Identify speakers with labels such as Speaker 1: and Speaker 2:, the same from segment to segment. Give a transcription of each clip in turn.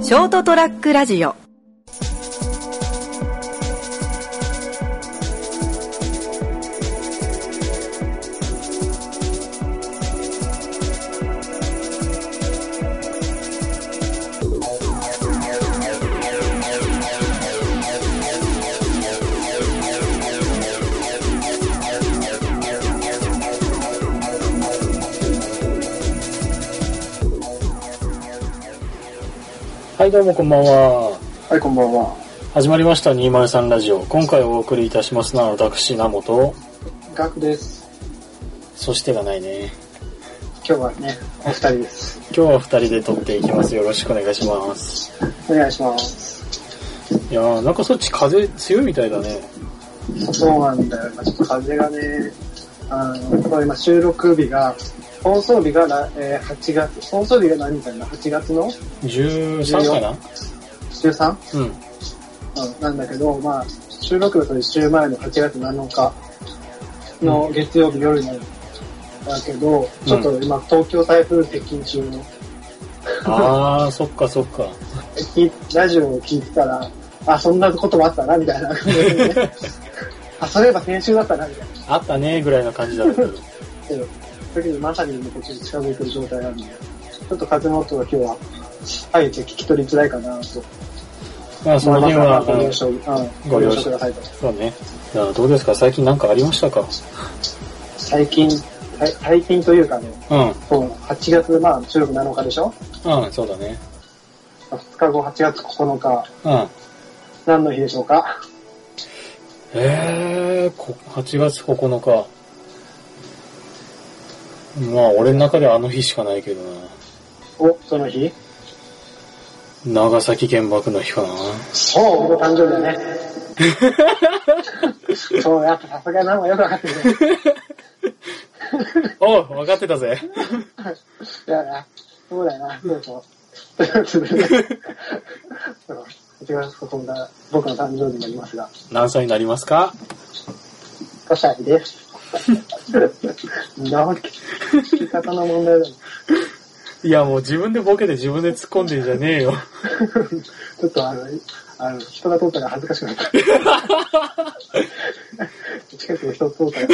Speaker 1: ショートトラックラジオ
Speaker 2: はい、どうもこんばんは。
Speaker 3: はい、こんばんは。
Speaker 2: 始まりました203ラジオ。今回お送りいたしますのは私、ナモと、
Speaker 3: ガクです。
Speaker 2: そしてがないね。
Speaker 3: 今日はね、お二人です。
Speaker 2: 今日は二人で撮っていきます。よろしくお願いします。
Speaker 3: お願いします。
Speaker 2: いやー、なんかそっち風強いみたいだね。
Speaker 3: そうなんだよ。まあちょっと風がね、あの、これ今収録日が、放送日がな、えー8月、放送日が何日だよな ?8 月の
Speaker 2: 13かな
Speaker 3: 13?
Speaker 2: うん。
Speaker 3: うん、なんだけど、まあ収録日と1週前の8月7日の月曜日夜なんだけど、ちょっと今東京台風接近中の、
Speaker 2: あー、そっかそっか。
Speaker 3: きラジオを聞いてたら、あ、そんなこともあったな、みた いな。あ、そういえば先週だったな、みたいな。
Speaker 2: あったねぐらいな感じだったけど。
Speaker 3: けど、時にまさに今こっちに近づいてる状態なんで、ちょっと風の音が今日は、あえて聞き取りづらいかなと。
Speaker 2: まあ、その辺は、
Speaker 3: ご
Speaker 2: う
Speaker 3: 了
Speaker 2: ん
Speaker 3: 承、うん、
Speaker 2: ご
Speaker 3: ご
Speaker 2: 了
Speaker 3: 了
Speaker 2: 承
Speaker 3: 承くださいと。
Speaker 2: そうね。いやーどうですか最近なんかありましたか
Speaker 3: 最近、最最近というかね、
Speaker 2: うん。
Speaker 3: そう、8月、まあ、中国7日でしょ
Speaker 2: うん、そうだね。
Speaker 3: ?2 日後、8月9日、
Speaker 2: うん。
Speaker 3: 何の日でしょうか
Speaker 2: えー、こ8月9日。まあ、俺の中ではあの日しかないけど
Speaker 3: お、その日
Speaker 2: な。長崎原爆の日かな。
Speaker 3: そう、僕の誕生日だね。そう、やっぱさすがなんかよくわかってるね。
Speaker 2: おう、分かってたぜ。
Speaker 3: だよな。そうだよな。そうそう。という ことでね、そう1月9日、僕の誕生日になりますが、
Speaker 2: 何歳になりますか
Speaker 3: 5歳です。直き、聞き方の問題だね
Speaker 2: いや、もう自分でボケて自分で突っ込んでんじゃねえよ。
Speaker 3: ちょっとあの、あの、人が通ったら恥ずかしくなった。近くで人通ったら、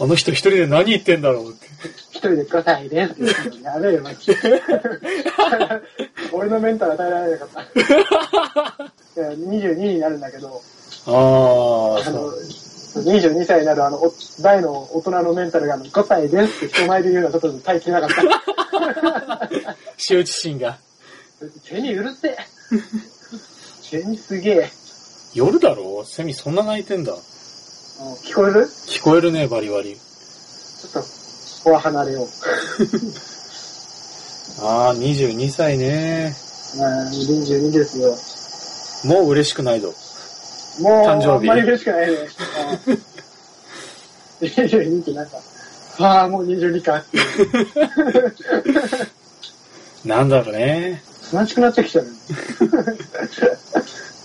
Speaker 2: あの人一人で何言ってんだろうって。
Speaker 3: 一人で5歳で すって言ったのに。やべえよ、マジで 俺のメンタルは耐えられな かった。いや22になるんだけど、
Speaker 2: あー、
Speaker 3: あの、
Speaker 2: そう。
Speaker 3: 22歳になるあの、お大の大人のメンタルがあの5歳ですって人前で言うのはちょっと耐えきれな かった。
Speaker 2: 羞恥心が。
Speaker 3: セミうるせえ。セミすげえ。うん
Speaker 2: 夜だろセミそんな泣いてんだ。
Speaker 3: 聞こえる
Speaker 2: 聞こえるね、バリバリ。
Speaker 3: ちょっと、ここは離れよう。
Speaker 2: あー、22歳ね。
Speaker 3: うん、22ですよ。
Speaker 2: もう嬉しくないぞ。
Speaker 3: もう、
Speaker 2: 誕生日
Speaker 3: あんまり嬉し くないね。うん22ってなんか、ああ、もう22かって。
Speaker 2: なんだろうね。
Speaker 3: 悲しくなってきちゃう。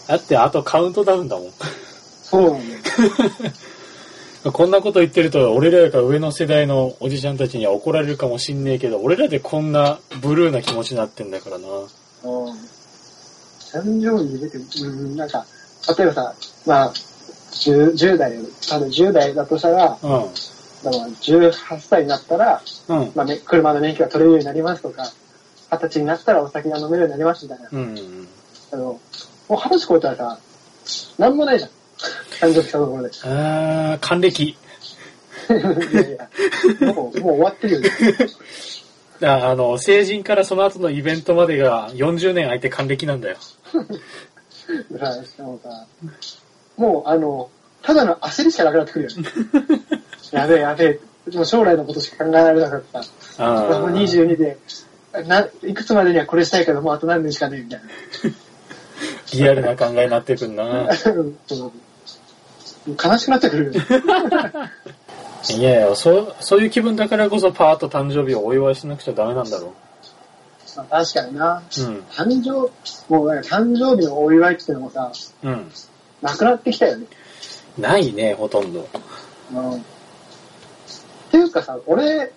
Speaker 2: だって、あとカウントダウンだもん。
Speaker 3: そうなんだよ。
Speaker 2: こんなこと言ってると、俺らよりか上の世代のおじちゃんたちには怒られるかもしんねえけど、俺らでこんなブルーな気持ちになってんだからな。
Speaker 3: うん誕生日に出て、うん、なんか、例えばさ、まあ、10, 10代、あの10代だとしたら、
Speaker 2: う
Speaker 3: だから18歳になったら、
Speaker 2: ん。うん。
Speaker 3: まあ、め車の免許が取れるようになりますとか、20歳になったらお酒が飲めるようになりますみたいな。
Speaker 2: うん。
Speaker 3: あの、もう20歳超えたらさ、なんもないじゃん。誕生日したところで。
Speaker 2: あー、還暦。
Speaker 3: いやいや、もう、もう終わってるよね。
Speaker 2: ああの、成人からその後のイベントまでが40年空いて還暦なんだよ。
Speaker 3: さ、しかもさ、もうあの、ただの焦りしかなくなってく るよね。やべえやべえ。もう将来のことしか考えられなかった。
Speaker 2: あ
Speaker 3: もう
Speaker 2: ー
Speaker 3: 22で、ないくつまでにはこれしたいけど、もうあと何年しかねえみたいな。
Speaker 2: リアルな考えになってくんな。
Speaker 3: そうそうもう悲しくなってくる よね。
Speaker 2: いやいや、そう、そういう気分だからこそパーッと誕生日をお祝いしなくちゃダメなんだろ
Speaker 3: まあ確かにな。
Speaker 2: う。うん。
Speaker 3: 誕生、もうなんか誕生日のお祝いっていうのもさ、
Speaker 2: うん。
Speaker 3: なくなってきたよね。
Speaker 2: ないね、ほとんど。
Speaker 3: うん。っていうかさ、俺、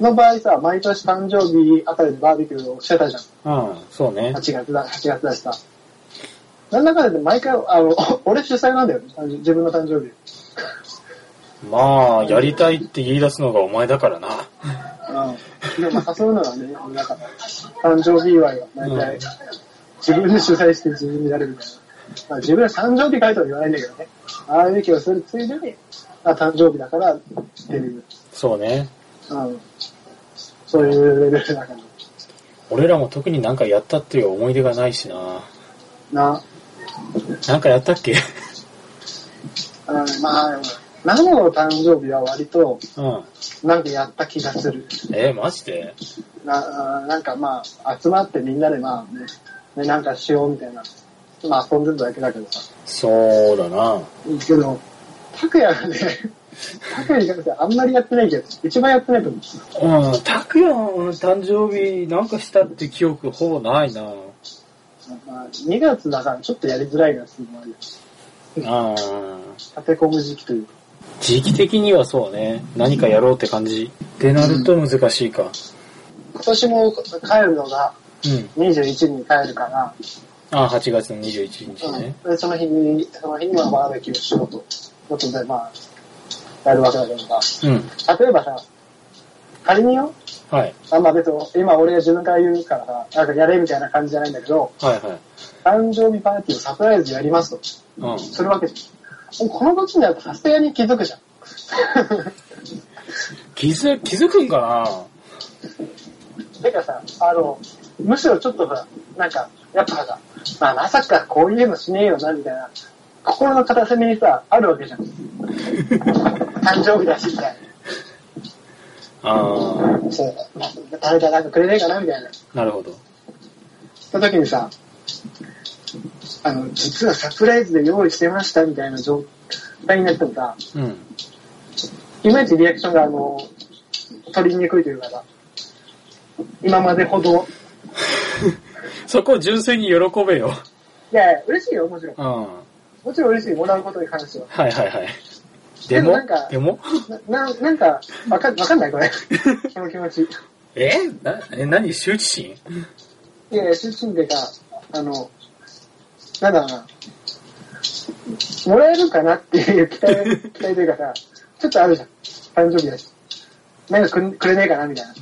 Speaker 3: の場合さ、毎年誕生日あたりでバーベキューをしてたじゃん。
Speaker 2: うん、そうね。
Speaker 3: 8月だ、8月だしさ。なんだかんだで毎回、あの、 俺主催なんだよね。誕生自分の誕生日。
Speaker 2: まあ、やりたいって言い出すのがお前だからな。
Speaker 3: うん。でも誘うのはね、なんか、誕生日祝いは大体、自分で主催して自分でやるみたいな。まあ、自分で誕生日会とは言わないんだけどね。ああいう気をするついでに、あ、誕生日だからっていう、
Speaker 2: そうね。
Speaker 3: うん。そういうレベルだから。
Speaker 2: 俺らも特になんかやったっていう思い出がないしな。
Speaker 3: な、
Speaker 2: なんかやったっけ
Speaker 3: うん、まあ、何の誕生日は割と、
Speaker 2: うん。
Speaker 3: なんかやった気がする。
Speaker 2: えーマジで
Speaker 3: なあーなんかまあ、集まってみんなでまあね、ねなんかしようみたいな。まあ遊んでただけだけどさ。
Speaker 2: そうだな。
Speaker 3: いいけど、拓也がね、 拓也に関してはあんまりやってないけど、一番やってないと思
Speaker 2: うん、たくやん、誕生日なんかしたって記憶ほぼないな。
Speaker 3: う。まあ、2月だからちょっとやりづらいなっていうのもあるよ。
Speaker 2: あ
Speaker 3: 立て込む時期というか。
Speaker 2: 時期的にはそうね。何かやろうって感じ。ってなると難しいか。
Speaker 3: 今年も帰るのが
Speaker 2: うん。
Speaker 3: 21に帰るから、
Speaker 2: ああ、8月の21日ね。
Speaker 3: うん、でその日に、その日にはバーベキューしようと。ことで、まあ、やるわけだけどさ。
Speaker 2: うん。
Speaker 3: 例えばさ、仮によ、
Speaker 2: はい。
Speaker 3: あんまあ別に、今俺が自分から言うからさ、なんかやれみたいな感じじゃないんだけど、
Speaker 2: はいはい。
Speaker 3: 誕生日パーティーをサプライズやりますと。
Speaker 2: うん。
Speaker 3: するわけです。この時になるとさすがに気づくじゃん。
Speaker 2: 気づ、気づくんかな
Speaker 3: てかさ、あの、むしろちょっとほら、なんか、やっぱさ、まあまさかこういうのしねえよな、みたいな、心の片隅にさ、あるわけじゃん。誕生日だし、みたい
Speaker 2: あ
Speaker 3: な。そう、誰かなんかくれねえかな、みたいな。
Speaker 2: あ、なるほど。
Speaker 3: その時にさ、あの、実はサプライズで用意してました、みたいな状態になってもさ、
Speaker 2: うん。
Speaker 3: いまいちリアクションが、あの、取りにくいというかさ、今までほど、
Speaker 2: そこを純粋に喜べよ。
Speaker 3: いやいや、嬉しいよ、もちろん。
Speaker 2: うん。は
Speaker 3: もちろん嬉しい、もらうことに関しては。
Speaker 2: いはいはい。で
Speaker 3: でも
Speaker 2: も
Speaker 3: なんか
Speaker 2: でも
Speaker 3: な、ななんか、わかん、わかんないこ れ。この気持ち。
Speaker 2: えな、え、何羞恥心
Speaker 3: いやいや、主人でか、あの、なんだろうな。もらえるかなっていう期待、期待というかさ、ちょっとあるじゃん。誕生日だし。なんかくんくれねえかなみたいな。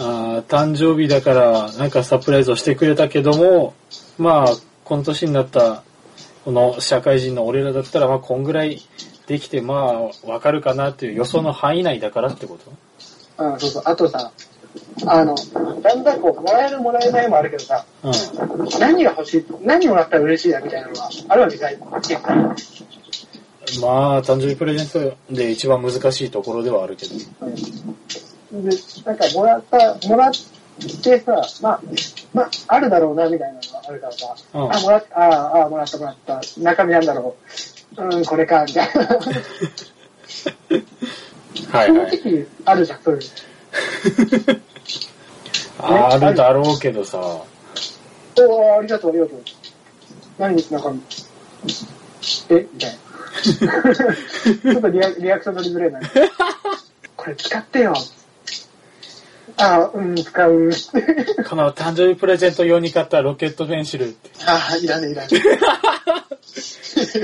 Speaker 2: ああ、誕生日だから、なんかサプライズをしてくれたけども、まあ、この年になった、この社会人の俺らだったら、まあ、こんぐらいできて、まあ、わかるかなっていう予想の範囲内だからってこと
Speaker 3: うん、そうそう。あとさ、あの、だんだんこう、もらえるもらえないもあるけどさ、
Speaker 2: うん。
Speaker 3: 何が欲しい、何もらったら嬉しいだみたいなのがあるわけじゃない。結構
Speaker 2: まあ、誕生日プレゼントで一番難しいところではあるけど。
Speaker 3: で、なんかもらった、もらってさ、まあ、まあ、あるだろうな、みたいなのがあるからさ、
Speaker 2: うん
Speaker 3: あ、もらった、ああ、もらった、もらった、中身なんだろう。うん、これか、みたいな。
Speaker 2: はい
Speaker 3: 正
Speaker 2: はい。
Speaker 3: 直あるじゃん、そういう
Speaker 2: あるだろうけどさ。
Speaker 3: の。おーありがとう、ありがとう。何に中身。えみたい な。ちょっとリアリアクション取りづらいな。これ使ってよ。ああ、うん、使う。
Speaker 2: この誕生日プレゼント用に買ったロケットペンシル。
Speaker 3: ああ、いらねえ、いらね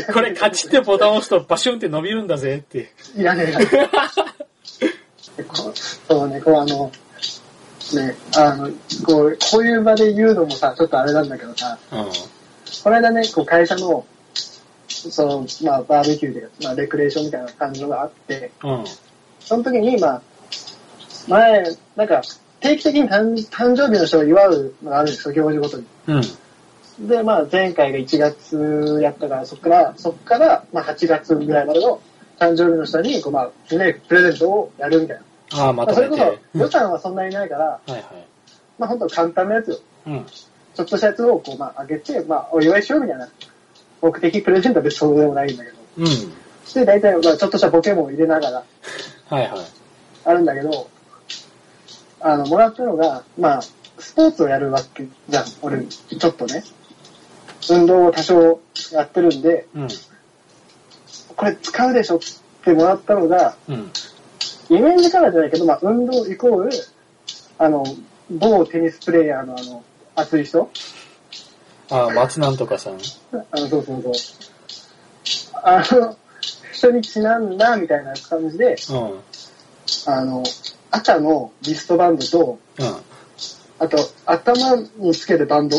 Speaker 2: これカチってボタンを押すとバシュンって伸びるんだぜって。
Speaker 3: え。いらねえ、いらねえ。こうそうね、こうあの、ね、あの、こう、こういう場で言うのもさ、ちょっとあれなんだけどさ、
Speaker 2: うん。
Speaker 3: この間ね、こう会社の、その、まあ、バーベキューというか、まあ、レクレーションみたいな感じのがあって、
Speaker 2: うん。
Speaker 3: その時に、まあ、前、なんか、定期的に誕誕生日の人を祝うのがあるんですよ、行事ごとに。
Speaker 2: うん。
Speaker 3: で、まあ、前回が1月やったから、そっから、そっから、まあ、8月ぐらいまでの誕生日の人に、こう、まあ、ね、プレゼントをやるみたいな。
Speaker 2: ああ、ま
Speaker 3: まあ、
Speaker 2: と
Speaker 3: そ
Speaker 2: め
Speaker 3: れこ
Speaker 2: て。
Speaker 3: そ
Speaker 2: うんは
Speaker 3: 予算はそんなにないから、
Speaker 2: いはい。
Speaker 3: まあ本当簡単なやつよ。
Speaker 2: うん。
Speaker 3: ちょっとしたやつをこう、まああげて、まあお祝いしようみたいな。目的プレゼントは別にそうでもないんだけど。
Speaker 2: うん。
Speaker 3: で、大体、まあちょっとしたボケも入れながら
Speaker 2: はいはい。
Speaker 3: あるんだけど、あの、もらったのが、まあスポーツをやるわけじゃん。俺、ちょっとね。運動を多少やってるんで、
Speaker 2: うん。
Speaker 3: これ使うでしょってもらったのが、
Speaker 2: うん。
Speaker 3: イメージカラーじゃないけど、まあ、運動イコール、あの、某テニスプレイヤーのあの、熱い人
Speaker 2: ああ、松なんとかさん。
Speaker 3: あの、そうそうそう。あの、人にちなんだみたいな感じで、
Speaker 2: うん。うん。
Speaker 3: あの、赤のリストバンドと、あと、頭につけるバンド。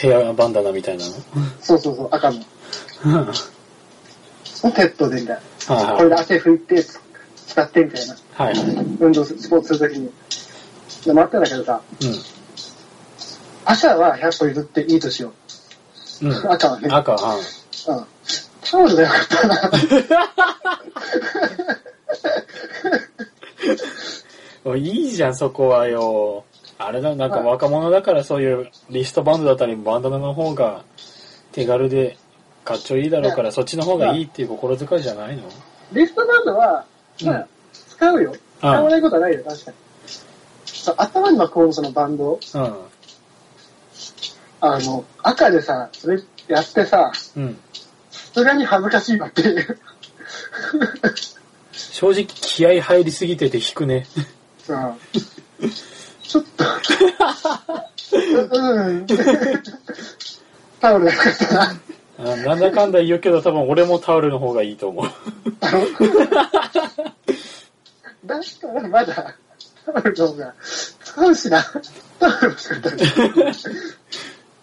Speaker 2: ヘアバンダナみたいなの。
Speaker 3: そうそうそう、赤の。
Speaker 2: は
Speaker 3: をセットでみたい
Speaker 2: いは
Speaker 3: な。
Speaker 2: い
Speaker 3: これで汗拭いて、つ使ってみたいな。
Speaker 2: はいは
Speaker 3: 運動す、スポーツするときに。でもあったんだけどさ、
Speaker 2: い。
Speaker 3: 赤は100歩譲っていいとしよ
Speaker 2: うん。
Speaker 3: う。赤は
Speaker 2: う
Speaker 3: ね
Speaker 2: ん。。赤、は
Speaker 3: うん。タオルがよかったな。
Speaker 2: い。おいいじゃん、そこはよ。あれだ、なんか若者だからそういうリストバンドだったりバンダナの方が手軽でかっちょいいだろうからそっちの方がいいっていう心遣いじゃないの
Speaker 3: リストバンドは、ま
Speaker 2: うん
Speaker 3: あ、使うよ。使わないことはないよ、確かに。そう頭に巻くそのバンド、
Speaker 2: う
Speaker 3: あの、赤でさ、それやってさ、
Speaker 2: ん。うん。
Speaker 3: さすがに恥ずかしいなっていう。
Speaker 2: 正直気合入りすぎてて引くね。
Speaker 3: さちょっと、ううん。タオルがよかったな。
Speaker 2: あなんだかんだ言うけど多分俺もタオルの方がいいと思う。
Speaker 3: あのだったらまだ、タオルの方が使うしな。タオル欲し かったね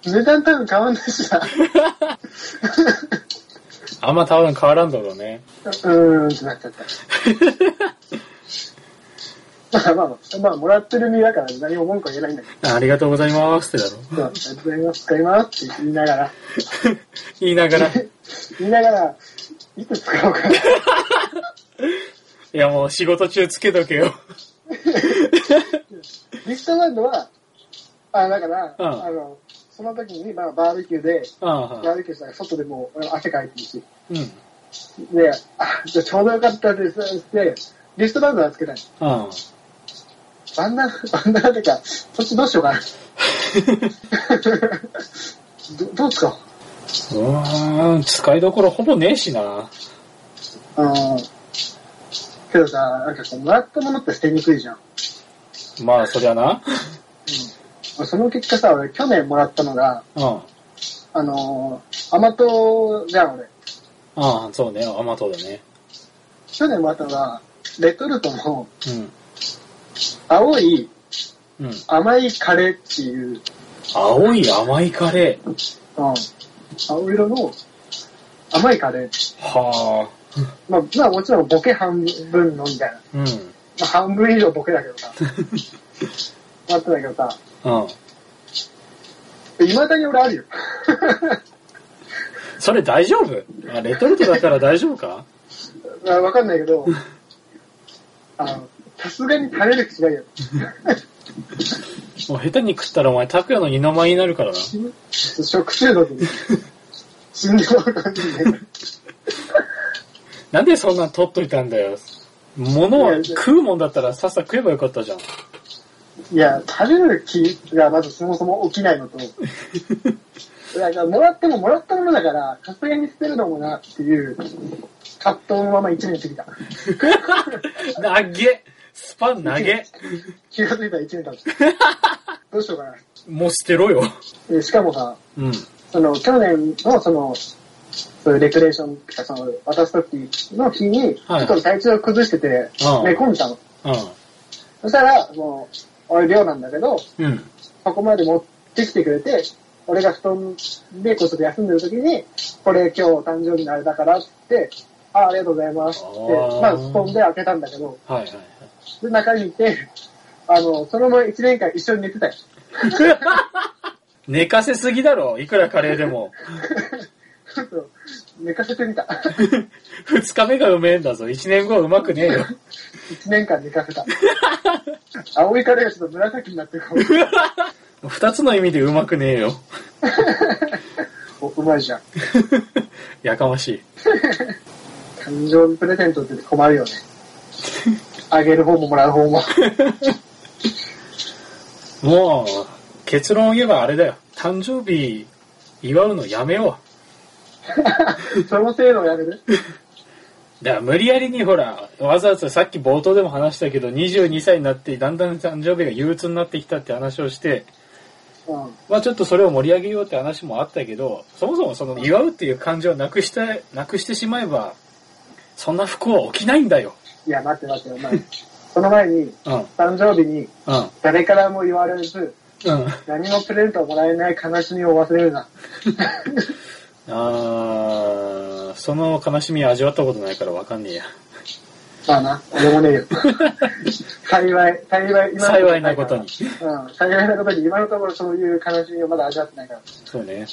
Speaker 3: 値段多分変わんないしな。
Speaker 2: あんまタオル変わらんだろう ね。
Speaker 3: うーんってなっちゃった。まあまあ、まあ、もらってる身だから何も文句は言えないんだけ
Speaker 2: ありがとうございますってだろ。
Speaker 3: ど、まあありがとうございます、使いますって言いながら、
Speaker 2: 言いながら、い
Speaker 3: 言いながら、いつ使おうかな。
Speaker 2: やもう仕事中つけとけよ。
Speaker 3: リストバンドは、あだから、
Speaker 2: うん
Speaker 3: あの、その時に、まあ、バーベキューで、
Speaker 2: あ
Speaker 3: バーベキューしたら外でもう汗かいてるし、
Speaker 2: あ、うん。
Speaker 3: で、あ、じゃあちょうどよかったですって、リストバンドはつけない。
Speaker 2: あ
Speaker 3: バンダナ、バンダナってか、そっちどうしようかな。どどう使おう
Speaker 2: あ。うーん、使いどころほぼねえしな。
Speaker 3: うんけどさ、なんかさ、もらったものって捨てにくいじゃん。
Speaker 2: まあ、そりゃな。
Speaker 3: その結果さ、俺去年もらったのが、
Speaker 2: うん。あ
Speaker 3: あのー、甘党じゃん俺。
Speaker 2: あ、そうね、アマトだね。
Speaker 3: 去年もらったのが、レトルトの
Speaker 2: う
Speaker 3: 青い
Speaker 2: ん。うん。
Speaker 3: 甘いカレーっていう、
Speaker 2: 青い甘いカレー。
Speaker 3: うん、青色の甘いカレー。
Speaker 2: はあ。
Speaker 3: まあ、まあもちろんボケ半分のみたいな。
Speaker 2: うん。うん。
Speaker 3: まあ半分以上ボケだけどさ。もらったんだけどさ、未だに俺あるよ。
Speaker 2: それ大丈夫あレトルトだから大丈夫か
Speaker 3: あわかんないけど、あの、さすがに食べる気しないよ。
Speaker 2: もう下手に食ったらお前、拓也の二の舞になるからな。
Speaker 3: 食中毒に。死んでもらう感じで。
Speaker 2: なんでそんなん取っといたんだよ。物は食うもんだったらさっさ食えばよかったじゃん。
Speaker 3: いや、食べる気がまずそもそも起きないのと、だからもらってももらったものだから、さすがに捨てるのもなっていう、葛藤のまま一年過ぎた。
Speaker 2: 投げスパン投げ
Speaker 3: 気がついたら一年経つ。どうしようかな
Speaker 2: もう捨てろよ。
Speaker 3: で。しかもさ、
Speaker 2: うん。
Speaker 3: その、去年のその、そういうレクレーションっていうか、その、渡す時の日に、ちょ
Speaker 2: はい
Speaker 3: っと体調を崩してて、寝込んでたの。
Speaker 2: う
Speaker 3: そしたら、もう、俺寮なんだけど、
Speaker 2: ん。うん。
Speaker 3: そこまで持ってきてくれて、俺が布団でこうちょっと休んでる時に、これ今日誕生日のあれだからって言って、あありがとうございますって
Speaker 2: あー、
Speaker 3: まあ布団で開けたんだけど、
Speaker 2: はいはいはい。
Speaker 3: で中にいて、あの、そのまま1年間一緒に寝てたよ。
Speaker 2: 寝かせすぎだろ、いくらカレーでも。
Speaker 3: ちょっと寝かせてみた。
Speaker 2: 二日目がうめえんだぞ、一年後はうまくねえよ。
Speaker 3: 1年間寝かせた。青いカレーがちょっと紫になってるかも。
Speaker 2: 二つの意味でうまくねえよ。
Speaker 3: おうまいじゃん。
Speaker 2: やかましい。
Speaker 3: 誕生日プレゼントって困るよね。あげる方ももらう方も。
Speaker 2: もう、結論を言えばあれだよ。誕生日祝うのやめよ
Speaker 3: その制度をやめる
Speaker 2: う。だから無理やりにほら、わざわざさっき冒頭でも話したけど、22歳になって、だんだん誕生日が憂鬱になってきたって話をして、
Speaker 3: うん。
Speaker 2: まあちょっとそれを盛り上げようって話もあったけど、そもそもその祝うっていう感情をなくした、なくしてしまえば、そんな不幸は起きないんだよ。
Speaker 3: いや、待って待って、お前。その前に、
Speaker 2: うん、うん、
Speaker 3: 誕生日に
Speaker 2: う
Speaker 3: 誰からも言われず、
Speaker 2: ん。
Speaker 3: 何もプレゼントをもらえない悲しみを忘れるな。
Speaker 2: あーその悲しみ味わったことないからわかんねえや。
Speaker 3: まあな、俺もね えよ。幸い、幸い、今のろ
Speaker 2: 幸いなことに。
Speaker 3: うん、幸いなことに、今のところそういう悲しみをまだ味わってないから。
Speaker 2: そうね。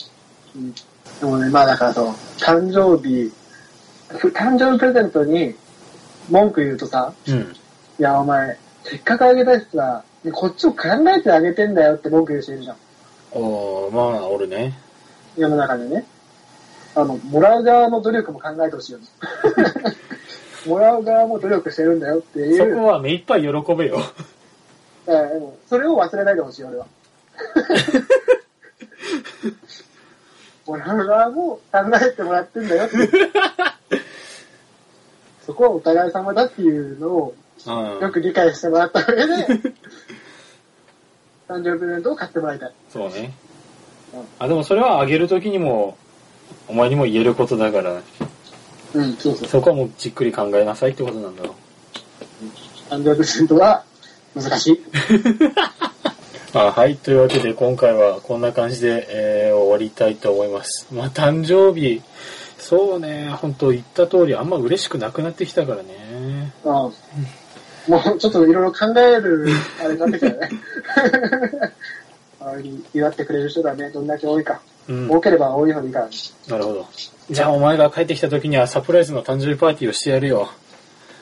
Speaker 3: うん。でもね、まあだからそう、誕生日、ふ誕生日プレゼントに文句言うとさ、
Speaker 2: うん。
Speaker 3: いやお前、せっかくあげたしさ、こっちを考えてあげてんだよって文句言う人いるじゃん。
Speaker 2: おー、まあ、俺ね。
Speaker 3: 世の中でね。あの、もらう側の努力も考えてほしいよね。もらう側も努力してるんだよっていう。
Speaker 2: そこは目いっぱい喜べよ。
Speaker 3: えーでもそれを忘れないでほしい、俺 は。もらう側も考えてもらってんだよって。そこはお互い様だっていうのを
Speaker 2: う
Speaker 3: よ
Speaker 2: ん。
Speaker 3: く理解してもらった上 で、誕生日プレゼントを買ってもらいたい。
Speaker 2: そうね
Speaker 3: うん。
Speaker 2: あ、でもそれはあげるときにも、お前にも言えることだから、
Speaker 3: うん、そうそう。
Speaker 2: そこはもうじっくり考えなさいってことなんだろ
Speaker 3: 誕生日プレゼントは難しい。
Speaker 2: う。あはい。というわけで、今回はこんな感じで、えー終わりたいと思います。まあ、誕生日、そうね、本当言った通り、あんま嬉しくなくなってきたからね。
Speaker 3: うん。もうちょっといろいろ考える、あれになってきたよね。 周りに祝ってくれる人がね、どんだけ多いか。
Speaker 2: うん。
Speaker 3: 多ければ多いほどいいからね。
Speaker 2: なるほど。じゃあお前が帰ってきた時にはサプライズの誕生日パーティーをしてやる よ。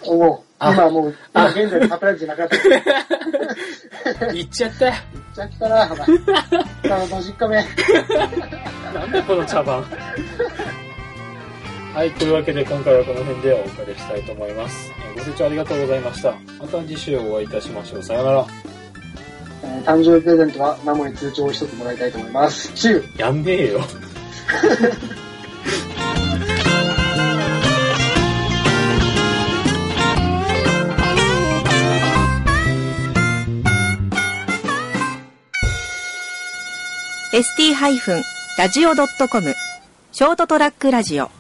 Speaker 3: もう、
Speaker 2: あ
Speaker 3: 今もう、
Speaker 2: あ
Speaker 3: 今現在のサプライズじゃなかった。言っ
Speaker 2: 言っちゃった。
Speaker 3: ちゃった な、ほら。あの、50個目。
Speaker 2: なんだこの茶 番。はい、というわけで今回はこの辺でお別れしたいと思います。えーご清聴ありがとうございました。また次週お会いいたしましょう。さよなら。
Speaker 3: えー誕生日プレゼントは、マモに通帳を一つもらいたいと思います。チュー
Speaker 2: やんねえよ。
Speaker 1: ST-radio.com ショートトラックラジオ